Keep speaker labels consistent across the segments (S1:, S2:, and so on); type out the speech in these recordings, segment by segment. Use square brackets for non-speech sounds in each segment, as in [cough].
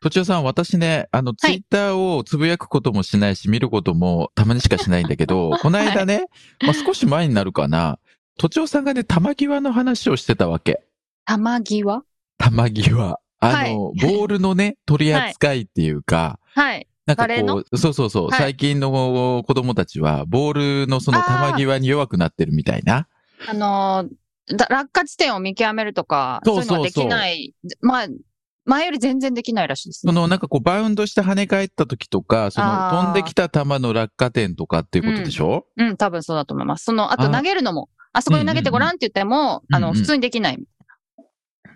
S1: とちおさん、私ね、あの、ツ
S2: は
S1: イ
S2: い
S1: ッターをつぶやくこともしないし、見ることもたまにしかしないんだけ
S2: [laughs]
S1: ど、この間ね、まあ、少し前になるかな、とちおさんがね、玉際の話をしてたわけ。
S2: 玉際
S1: 玉際。あの、ボールの
S2: [laughs]
S1: ね、取り扱いっていうか、
S2: はい。バレ
S1: な
S2: ー
S1: んかこ
S2: の
S1: う、そうそうそう、
S2: はい
S1: 最近の子供たちは、ボールのその玉際に弱くなってるみたいな。
S2: あのーだ落下地点を見極めるとか、
S1: そ
S2: そうう
S1: そうそう
S2: いうのはできない。まあ、前より全然できないらしいです
S1: そ
S2: ね。
S1: のなんかこう、バウンドして跳ね返った時とか、その
S2: あー
S1: 飛んできた球の落下点とかっていうことでしょ、
S2: うん、多分そうだと思います。その、あ
S1: あ
S2: と
S1: ー
S2: 投げるのも、あそこに投げてごらんって言っても、
S1: うんうん
S2: あ
S1: うんう
S2: の、
S1: ん
S2: 普通にできない。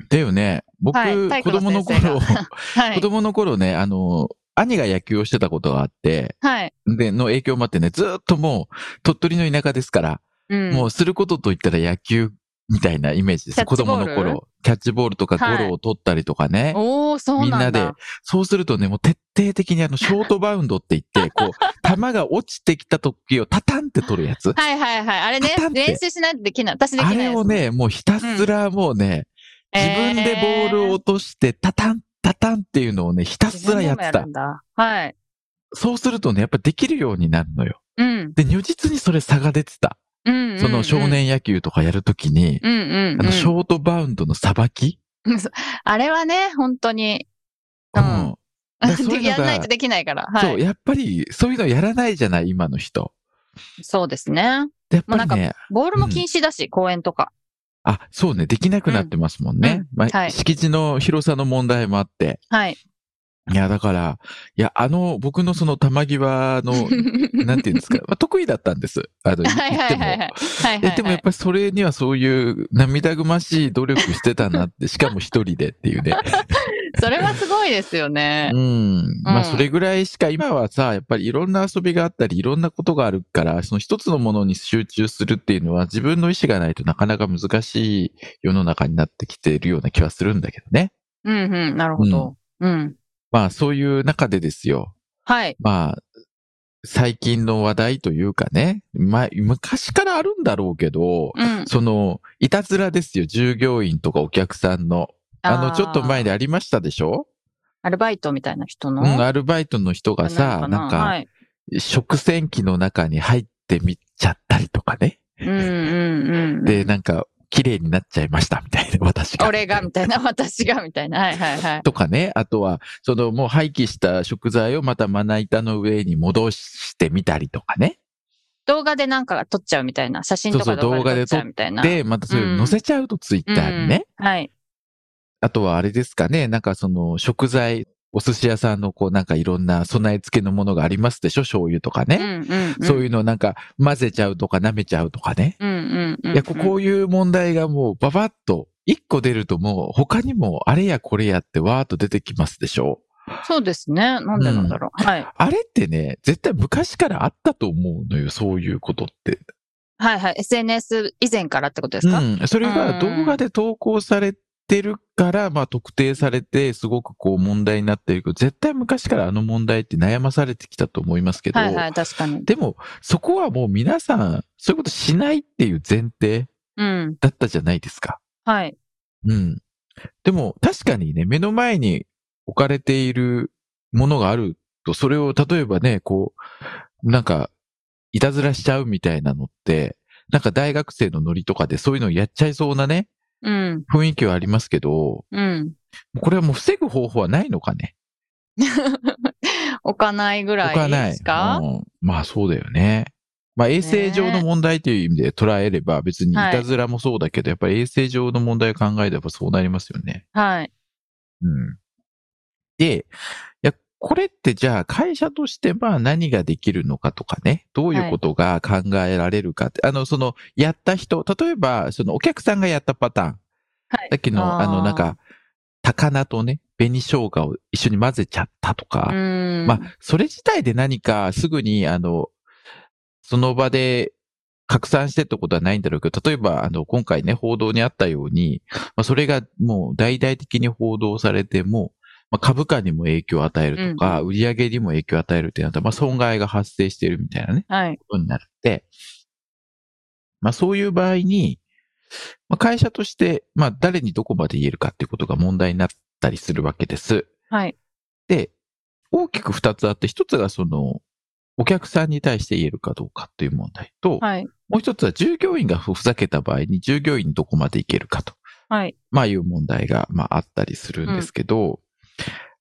S1: だよね。僕、
S2: はい体
S1: 子
S2: 育の
S1: 供の
S2: 先生
S1: 頃
S2: が、は
S1: [laughs] 子
S2: い。
S1: 供の頃ね、あの、兄が野球をしてたことがあって、
S2: はい。
S1: で、の影響もあってね、ずーっともう、鳥取の田舎ですから、
S2: うん。
S1: もうすることといったら野球みたいなイメージで
S2: キ
S1: す。
S2: ャッ
S1: 子
S2: チボ
S1: 供
S2: ール
S1: の頃、キャッチボールとか
S2: はい
S1: ゴロを取ったりとかね。
S2: おー、そう
S1: みん
S2: な
S1: なんで
S2: だ。、
S1: そうするとね、もう徹底的にあの、ショートバウンドって言
S2: [laughs]
S1: って、こう、球が落ちてきた時をタタンって取るやつ。
S2: はいはいはい。あれね
S1: パタンっ、て
S2: 練習しないとできない。私できな
S1: あ
S2: いです。
S1: れをね、もうひたすらもうね、自分でボールを落として、タタン、タタンっていうのをね、ひた
S2: 自
S1: すら
S2: 分
S1: や
S2: で
S1: っ
S2: も
S1: て
S2: や
S1: た
S2: る。んだ。はい。
S1: そうするとね、やっぱできるようになるのよ。
S2: うん。
S1: で、如実にそれ差が出てた。
S2: うんうんうん。
S1: その少年野球とかやるときに、
S2: うんうんうん。
S1: あの、ショートバウンドのさばき
S2: あれはね、本当に。
S1: う
S2: うんん。
S1: だからそういうのが
S2: やんないとできないから。はい。
S1: そう、やっぱり、そういうのやらないじゃない、今の人。
S2: そうですね。
S1: でやっぱり
S2: もう
S1: ね、
S2: ボールも禁止だし、公園とか。
S1: あ、そうね、できなくなってますもんね。まあ
S2: はい
S1: 敷地の広さの問題もあって。 [laughs]
S2: はい。、
S1: いや、だから、いや、あの、僕のその玉際のなんていうん
S2: [laughs]
S1: ですか、まあ、得意だったんです。あの、言
S2: はいは
S1: って
S2: い
S1: も
S2: はいはい。。はいはい
S1: え、でもやっぱりそれにはそういう涙ぐましい努力してたな
S2: [laughs]
S1: って、しかも一人でっていうね。
S2: それはすごいですよね
S1: う。ん。ま
S2: う
S1: あ
S2: ん
S1: それぐらいしか今はさ、やっぱりいろんな遊びがあったり、いろんなことがあるから、その一つのものに集中するっていうのは自分の意思がないとなかなか難しい世の中になってきているような気はするんだけどね。
S2: うんうん、なるほど。うん。
S1: まあそういう中でですよ。
S2: はい。
S1: まあ、最近の話題というかね、まあ昔からあるんだろうけど、
S2: うん。
S1: その、いたずらですよ、従業員とかお客さんの。あの、
S2: ー
S1: ちょっと前にありましたでしょ
S2: アルバイトみたいな人
S1: う
S2: の。
S1: ん、アルバイトの人がさ、なん
S2: は
S1: か、
S2: い。
S1: 食洗機の中に入ってみちゃったりとかね。
S2: うんうんうん。
S1: で、なんか、綺麗になっちゃいました、みたいな、私が。
S2: 俺が、みたいな、私が、みたいな。はいはいはい。
S1: とかね。あとは、その、もう廃棄した食材をまたまな板の上に戻してみたりとかね。
S2: 動画でなんか撮っちゃうみたいな。写真とか
S1: そうそう
S2: 動画で撮っちゃうみたいな。
S1: で、またそれを載せちゃうと、ツイッ
S2: うん
S1: ターにね。
S2: はい。
S1: あとはあれですかね、なんかその食材、お寿司屋さんのこうなんかいろんな備え付けのものがありますでしょ醤油とか
S2: うん
S1: ね。
S2: うんうん。
S1: そういうのなんか混ぜちゃうとか舐めちゃうとかね。
S2: うんうんうんうん。
S1: いや、ここういう問題がもうババッと、一個出るともう他にもあれやこれやってわーっと出てきますでしょ
S2: そうですね。なんでなんだろう。はい。
S1: あれってね、絶対昔からあったと思うのよ、そういうことって。
S2: はいはい。SNS 以前からってことですか、
S1: うん。それが動画で投稿されてるから、まあ特定されて、すごくこう問題になってるけど、絶対昔からあの問題って悩まされてきたと思いますけど、
S2: はいはい、確かに。
S1: でもそこはもう皆さん、そういうことしないっていう前提
S2: うん。
S1: だったじゃないですか。
S2: はい。
S1: うん。でも確かにね、目の前に置かれているものがあると、それを例えばね、こう、なんか、いたずらしちゃうみたいなのって、なんか大学生のノリとかでそういうのやっちゃいそうなね、
S2: うん。
S1: 雰囲気はありますけど、
S2: うん。
S1: これはもう防ぐ方法はないのかね。
S2: 置かないぐら
S1: 僕はいない。
S2: ですか
S1: うんまあそうだよね。まあ衛生上の問題という意味で捉えれば別にい
S2: はい
S1: たずらもそうだけど、やっぱり衛生上の問題を考えればそうなりますよね。
S2: はい。
S1: うん。で、いや、これってじゃあ会社としてまあ何ができるのかとかね、どういうことが考えられるかって、あの、その、やった人、例えば、そのお客さんがやったパターン。
S2: はい
S1: さっきの、あ
S2: あー
S1: の、なんか、高菜とね、紅生姜を一緒に混ぜちゃったとか、まあ、それ自体で何かすぐに、あの、その場で拡散してってことはないんだろうけど、例えば、あの、今回ね、報道にあったように、まあ、それがもう大々的に報道されても、まあ、株価にも影響を与えるとか、売り上げにも影響を与えるってなったら、まあ、損害が発生してるみたいなね、
S2: はい。
S1: ことになって、まあ、そういう場合に、まあ、会社として、まあ、誰にどこまで言えるかっていうことが問題になったりするわけです。
S2: はい。
S1: で、大きく二つあって、一つがその、お客さんに対して言えるかどうかという問題と、
S2: はい。
S1: もう一つは従業員がふざけた場合に従業員にどこまでいけるかと、
S2: はい。
S1: まあいう問題が、まああったりするんですけど、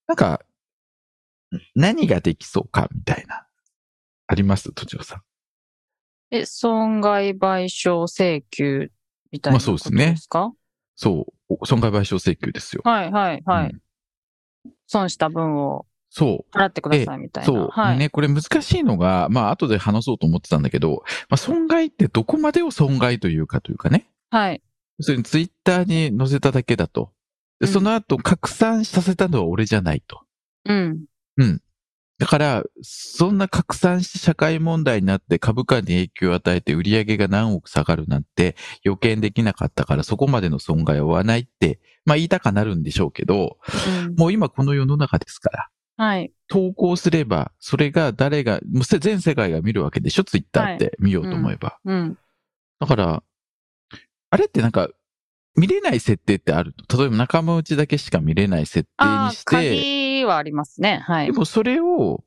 S1: なんか、何ができそうかみたいな、あります都庁さん。
S2: え、損害賠償請求みたい
S1: ま
S2: な
S1: あそう
S2: こ
S1: です
S2: と
S1: ね
S2: ですか、
S1: そう、お損害賠償請求ですよ。
S2: はい、はい、はい、
S1: うん
S2: 損した分を
S1: そう。
S2: 払ってくださいみたいな。
S1: そう、
S2: はい。
S1: ね、これ難しいのが、まあ後で話そうと思ってたんだけど、まあ損害ってどこまでを損害というかというかね。
S2: はい。
S1: それにツイッターに載せただけだと。で
S2: うん
S1: その後拡散させたのは俺じゃないと。
S2: うん。
S1: だから、そんな拡散して社会問題になって株価に影響を与えて売り上げが何億下がるなんて予見できなかったからそこまでの損害は負わないって、まあ言いたかなるんでしょうけど、
S2: うん
S1: もう今この世の中ですから、
S2: はい。
S1: 投稿すれば、それが誰が、もうせ全世界が見るわけでしょツイッターって見ようと思えば。
S2: うん。
S1: だから、あれってなんか、見れない設定ってあると。例えば仲間内だけしか見れない設定
S2: あ
S1: に
S2: あ、
S1: して、
S2: 鍵はありますね。はい
S1: で。もそれを、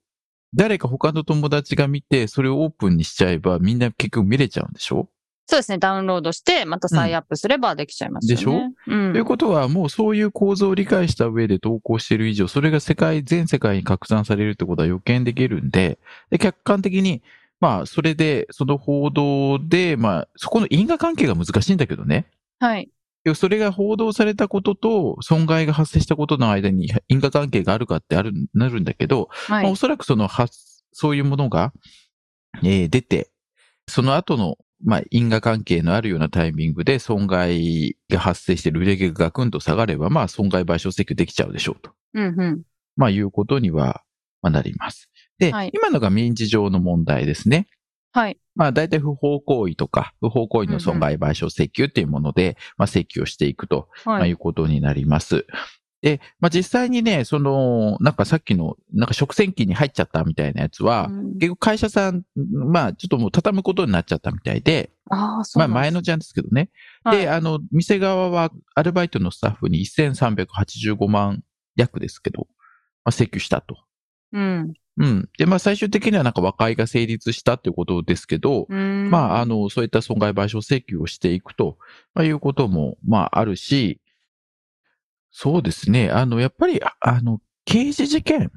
S1: 誰か他の友達が見て、それをオープンにしちゃえば、みんな結局見れちゃうんでしょ、
S2: そうですね。ダウンロードして、また再アップすればできちゃいますよね。
S1: でしょ
S2: うん。
S1: ということは、もうそういう構造を理解した上で投稿している以上、それが世界、全世界に拡散されるってことは予見できるんで、で客観的に、まあ、それで、その報道で、まあ、そこの因果関係が難しいんだけどね。
S2: はい。
S1: 要はそれが報道されたことと損害が発生したことの間に因果関係があるかってある、なるんだけど、
S2: は
S1: まあ
S2: い
S1: お。そらくその発、そういうものが、えー出て、その後の、まあ、因果関係のあるようなタイミングで損害が発生して売り上げがガクンと下がれば、まあ、損害賠償請求できちゃうでしょうと。
S2: うんうん。
S1: まあ、いうことには、まあ、なります。で、
S2: はい
S1: 今のが民事上の問題ですね。
S2: はい。
S1: まあ、大体不法行為とか、不法行為の損害賠償請求っていうもので、まあ、請求をしていくとま
S2: は
S1: あ、
S2: い。
S1: いうことになります。で、まあ、実際にね、その、なんかさっきの、なんか食洗機に入っちゃったみたいなやつは、
S2: うん
S1: 結局会社さん、まあ、ちょっともう畳むことになっちゃったみたいで、
S2: ああ、そ
S1: まあ、
S2: うなんです
S1: 前のちゃんですけどね。
S2: はい
S1: で、あの、店側はアルバイトのスタッフに1385万約ですけど、まあ、請求したと。
S2: うん。
S1: うん。で、まあ、最終的にはなんか和解が成立したっていうことですけど、
S2: うん。
S1: まあ、あ
S2: の、
S1: の、そういった損害賠償請求をしていくと、まあ、いうことも、まあ、あるし、そうですね。あの、やっぱり、ああの、刑事事件、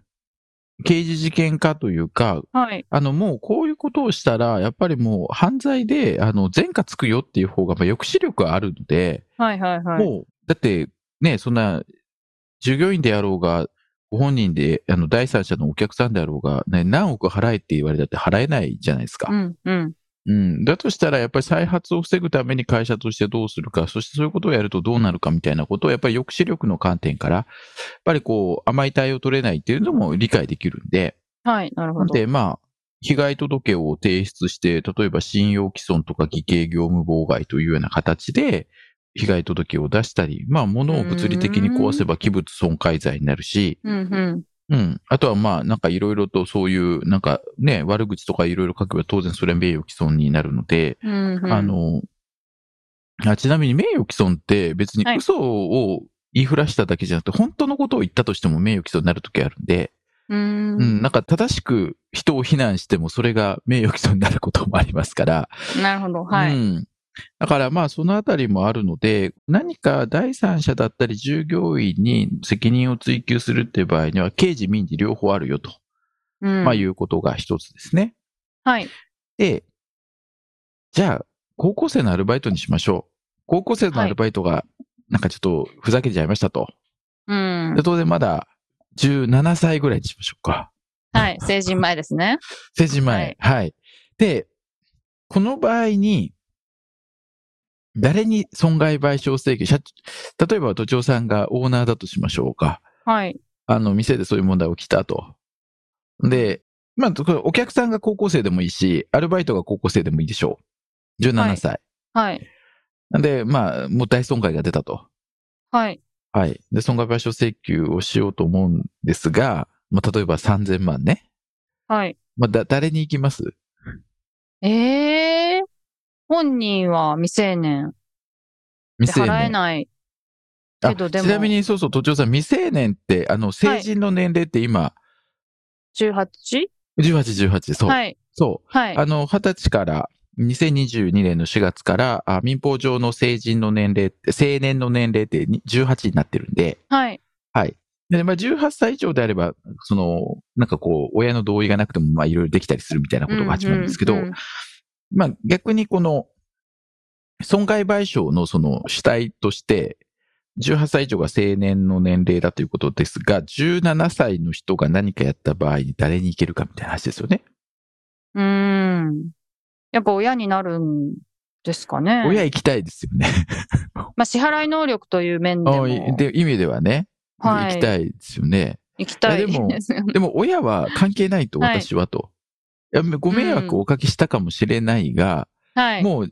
S1: 刑事事件化というか、
S2: はい。
S1: あの、もうこういうことをしたら、やっぱりもう犯罪で、あの、前科つくよっていう方が、まあ、抑止力があるので、
S2: はいはいはい。
S1: もう、だって、ね、そんな、従業員であろうが、ご本人で、あの、第三者のお客さんであろうが、ね、何億払えって言われたって払えないじゃないですか
S2: う。んうん。
S1: うん。だとしたら、やっぱり再発を防ぐために会社としてどうするか、そしてそういうことをやるとどうなるかみたいなことを、やっぱり抑止力の観点から、やっぱりこう、甘い対応取れないっていうのも理解できるんで、
S2: はい。なる
S1: な
S2: ほ
S1: ん
S2: ど。
S1: で、まあ、被害届を提出して、例えば信用毀損とか偽計業務妨害というような形で、被害届を出したり、まあ、物を物理的に壊せば器物損壊罪になるし、
S2: うんうん。
S1: うん。あとはまあ、なんかいろいろとそういう、なんかね、悪口とかいろいろ書けば当然それは名誉毀損になるので、
S2: うんうん。
S1: あ、の、あちなみに名誉毀損って別に
S2: はい
S1: 嘘を言いふらしただけじゃなくて、本当のことを言ったとしても名誉毀損になるときあるんで、
S2: う
S1: うんん、。なんか正しく人を非難してもそれが名誉毀損になることもありますから、
S2: なるほど。は
S1: う
S2: い。
S1: ん。だからまあそのあたりもあるので、何か第三者だったり従業員に責任を追及するっていう場合には、刑事民事両方あるよと、
S2: うん
S1: まあいうことが一つですね。
S2: はい。
S1: で、じゃあ、高校生のアルバイトにしましょう。高校生のアルバイトが、なんかちょっとふざけちゃいましたと。
S2: うん
S1: で。当然まだ17歳ぐらいにしましょうか。
S2: はい。成人前ですね。
S1: 成人前。はい。で、この場合に、誰に損害賠償請求、社例えば、都庁さんがオーナーだとしましょうか。
S2: はい。
S1: あの、店でそういう問題起きたと。で、まあ、これお客さんが高校生でもいいし、アルバイトが高校生でもいいでしょう。17歳。
S2: はい。
S1: で、まあ、もう大損害が出たと。
S2: はい。
S1: はい。で、損害賠償請求をしようと思うんですが、まあ、例えば3000万ね。
S2: はい。
S1: まあ、だ、誰に行きます
S2: ええー、本人は未成年で
S1: 未成
S2: 払え
S1: 年。
S2: ない。
S1: あ
S2: けどでも
S1: ちなみに、そうそう、都庁さん、未成年って、あの、成人の年齢って今、
S2: 18?
S1: 18、18、そう。
S2: はい。
S1: そう。
S2: はい。
S1: あの、20歳から、2022年の4月から、あ民法上の成人の年齢って、成年の年齢ってに18になってるんで、
S2: はい。
S1: はい。で、まあ、18歳以上であれば、その、なんかこう、親の同意がなくても、まあ、いろいろできたりするみたいなことが始まるんですけど、
S2: うううん
S1: まあ、逆にこの、損害賠償のその主体として、18歳以上が成年の年齢だということですが、17歳の人が何かやった場合に誰に行けるかみたいな話ですよね。
S2: うーん。やっぱ親になるんですかね。
S1: 親行きたいですよね。
S2: まあ、支払い能力という面
S1: [laughs]
S2: でも
S1: で意味ではね、
S2: はい
S1: 行きたいですよね。
S2: 行きたい
S1: いやでも
S2: ですよね。
S1: でも親は関係ないと、
S2: はい
S1: 私はと。いやご迷惑をおかけしたかもしれないが、
S2: はい。
S1: もう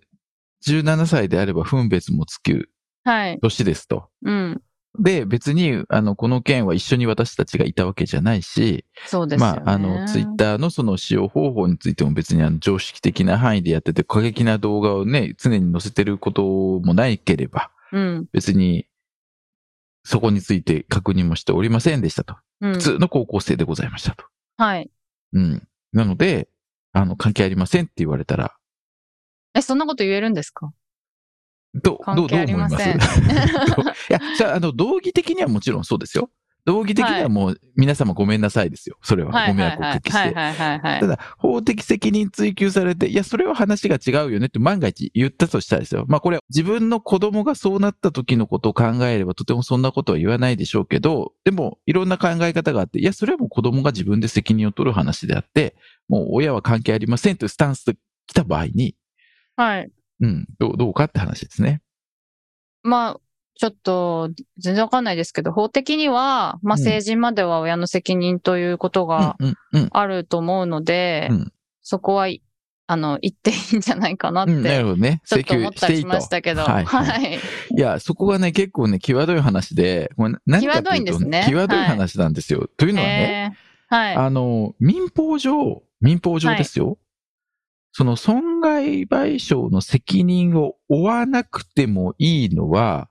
S1: 17歳であれば分別もつく
S2: はい。
S1: 年ですと。
S2: うん。
S1: で、別に、あの、この件は一緒に私たちがいたわけじゃないし、
S2: そうですよ
S1: ま
S2: ね。
S1: あ、あの、ツイッターのその使用方法についても別にあの常識的な範囲でやってて、過激な動画をね、常に載せてることもないければ、
S2: うん。
S1: 別に、そこについて確認もしておりませんでしたと。
S2: うん
S1: 普。通の高校生でございましたと。
S2: はい。
S1: うん。なので、あの、関係ありませんって言われたら、
S2: え、そんなこと言えるんで
S1: [laughs]
S2: すか
S1: どう、ど
S2: 関
S1: う、どう
S2: 係あ
S1: 思い
S2: り
S1: ま
S2: ま
S1: す
S2: せん
S1: いや、じゃあ、あの、道義的にはもちろんそうですよ。道義的にはもう、皆様ごめんなさいですよ。それは。
S2: は
S1: ご
S2: い
S1: 迷
S2: はい
S1: 惑をお
S2: は
S1: か
S2: い。
S1: けし
S2: はい
S1: て。
S2: はいはいはい
S1: た。だ、法的責任追及されて、いや、それは話が違うよねって万が一言ったとしたらですよ。まあこれ、自分の子供がそうなった時のことを考えれば、とてもそんなことは言わないでしょうけど、でも、いろんな考え方があって、いや、それはもう子供が自分で責任を取る話であって、もう親は関係ありませんというスタンスで来た場合に、
S2: はい。
S1: うん、どうどうかって話ですね。
S2: まあ、ちょっと、全然わかんないですけど、法的には、ま
S1: う
S2: あ、
S1: ん
S2: 成人までは親の責任ということが
S1: うん、うん、
S2: あると思うので、
S1: うん
S2: そこはい、あの、言っていいんじゃないかなっ
S1: うん。な
S2: て
S1: る、ほどね。
S2: ちょっ
S1: 請
S2: と
S1: 求
S2: 思っ
S1: したて
S2: り
S1: いい
S2: し
S1: と。
S2: ましたけど、
S1: はい
S2: はい。
S1: いや、そこがね、結構ね、際どい話で、これ何かと
S2: 際ど
S1: い
S2: いん
S1: う
S2: で
S1: と、
S2: すね
S1: 際どい
S2: はい
S1: 話なんですよ。というのはね、
S2: えーはい。
S1: あの、民法上、民法上ですよ。その損害賠償の責任を負わなくてもいいのは、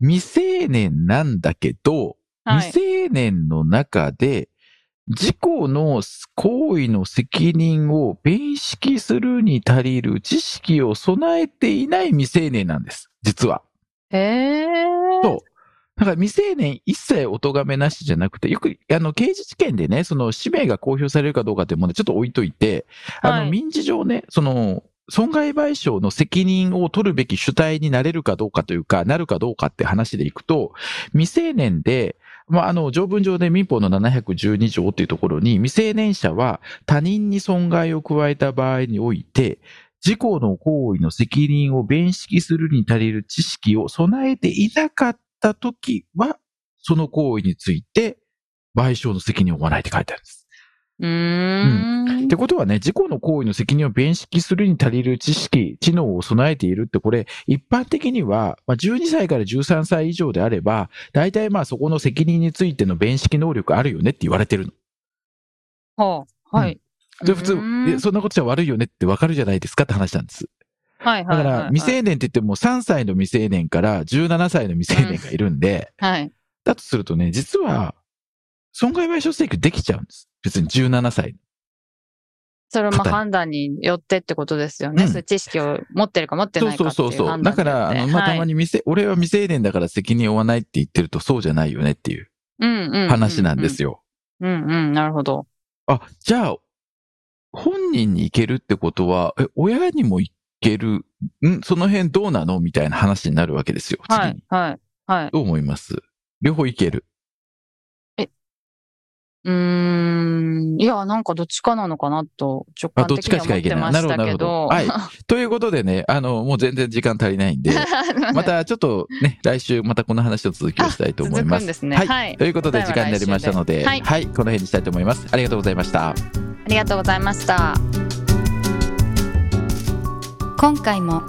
S1: 未成年なんだけど、
S2: はい。
S1: 未成年の中で、事故の行為の責任を弁識するに足りる知識を備えていない未成年なんです、実は。
S2: えー
S1: そう。だから未成年一切お咎めなしじゃなくて、よく、あの、刑事事件でね、その、氏名が公表されるかどうかっていうものちょっと置いといて、あ
S2: は
S1: の、
S2: い
S1: 民事上ね、その、損害賠償の責任を取るべき主体になれるかどうかというか、なるかどうかって話でいくと、未成年で、まあ、あの、条文上で民法の712条っていうところに、未成年者は他人に損害を加えた場合において、事故の行為の責任を弁識するに足りる知識を備えていなかったときは、その行為について賠償の責任を負わないって書いてあるんです。
S2: うー
S1: っ
S2: ん
S1: て。ことはね、事故の行為の責任を弁識するに足りる知識、知能を備えているって、これ、一般的には、まあ、12歳から13歳以上であれば、大体まあそこの責任についての弁識能力あるよねって言われてるの。
S2: はあはい。
S1: で普通
S2: うーん
S1: いや、そんなことじゃ悪いよねってわかるじゃないですかって話なんです。
S2: はいは
S1: だ
S2: い
S1: か
S2: はい
S1: ら
S2: は、い。
S1: 未成年って言っても3歳の未成年から17歳の未成年がいるんで、
S2: はい。
S1: だとするとね、実は、損害賠償請求できちゃうんです。別に17歳。
S2: それはま
S1: 方
S2: あ
S1: に
S2: 判断によってってことですよね。
S1: うん
S2: そういう知識を持ってるか持って
S1: そう
S2: ないか
S1: そ
S2: っていうう判断
S1: そうそう。だから、あ
S2: によ
S1: の、
S2: って
S1: まあ、た
S2: はい
S1: まに未成、俺は未成年だから責任負わないって言ってるとそうじゃないよねっていう話なんで
S2: よ。
S1: すよ。
S2: うんうん、なるほど。
S1: あ、じゃあ、本人に行けるってことは、え、親にも行ける、んその辺どうなのみたいな話になるわけですよ。次に。
S2: はい、はい、はい。
S1: どう思います両方行ける。
S2: うーん。いや、なんかどっちかなのかなと、直
S1: あ、
S2: 感
S1: どっ
S2: 的
S1: ち
S2: に
S1: か
S2: は
S1: しか
S2: 思っ
S1: いけ
S2: て
S1: な
S2: ま
S1: い。なるほ
S2: し
S1: ど、
S2: た
S1: なる
S2: け
S1: ほど。
S2: ど。
S1: はい。
S2: [laughs]
S1: ということでね、あの、もう全然時間足りないんで、
S2: [laughs]
S1: またちょっとね、来週またこの話を続きをしたいと思い
S2: [laughs] 続
S1: ま
S2: く
S1: す
S2: ん。ですね。
S1: はい
S2: はい。
S1: ということで時間になりましたので、
S2: はい
S1: はい、この辺にしたいと思います。ありがとうございました。
S2: ありがとうございました。
S3: 今回も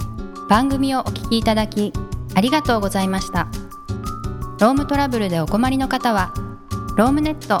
S3: 番組をお聞きいただきありがとうございましたロームトラブルでお困りの方は「ロームネット」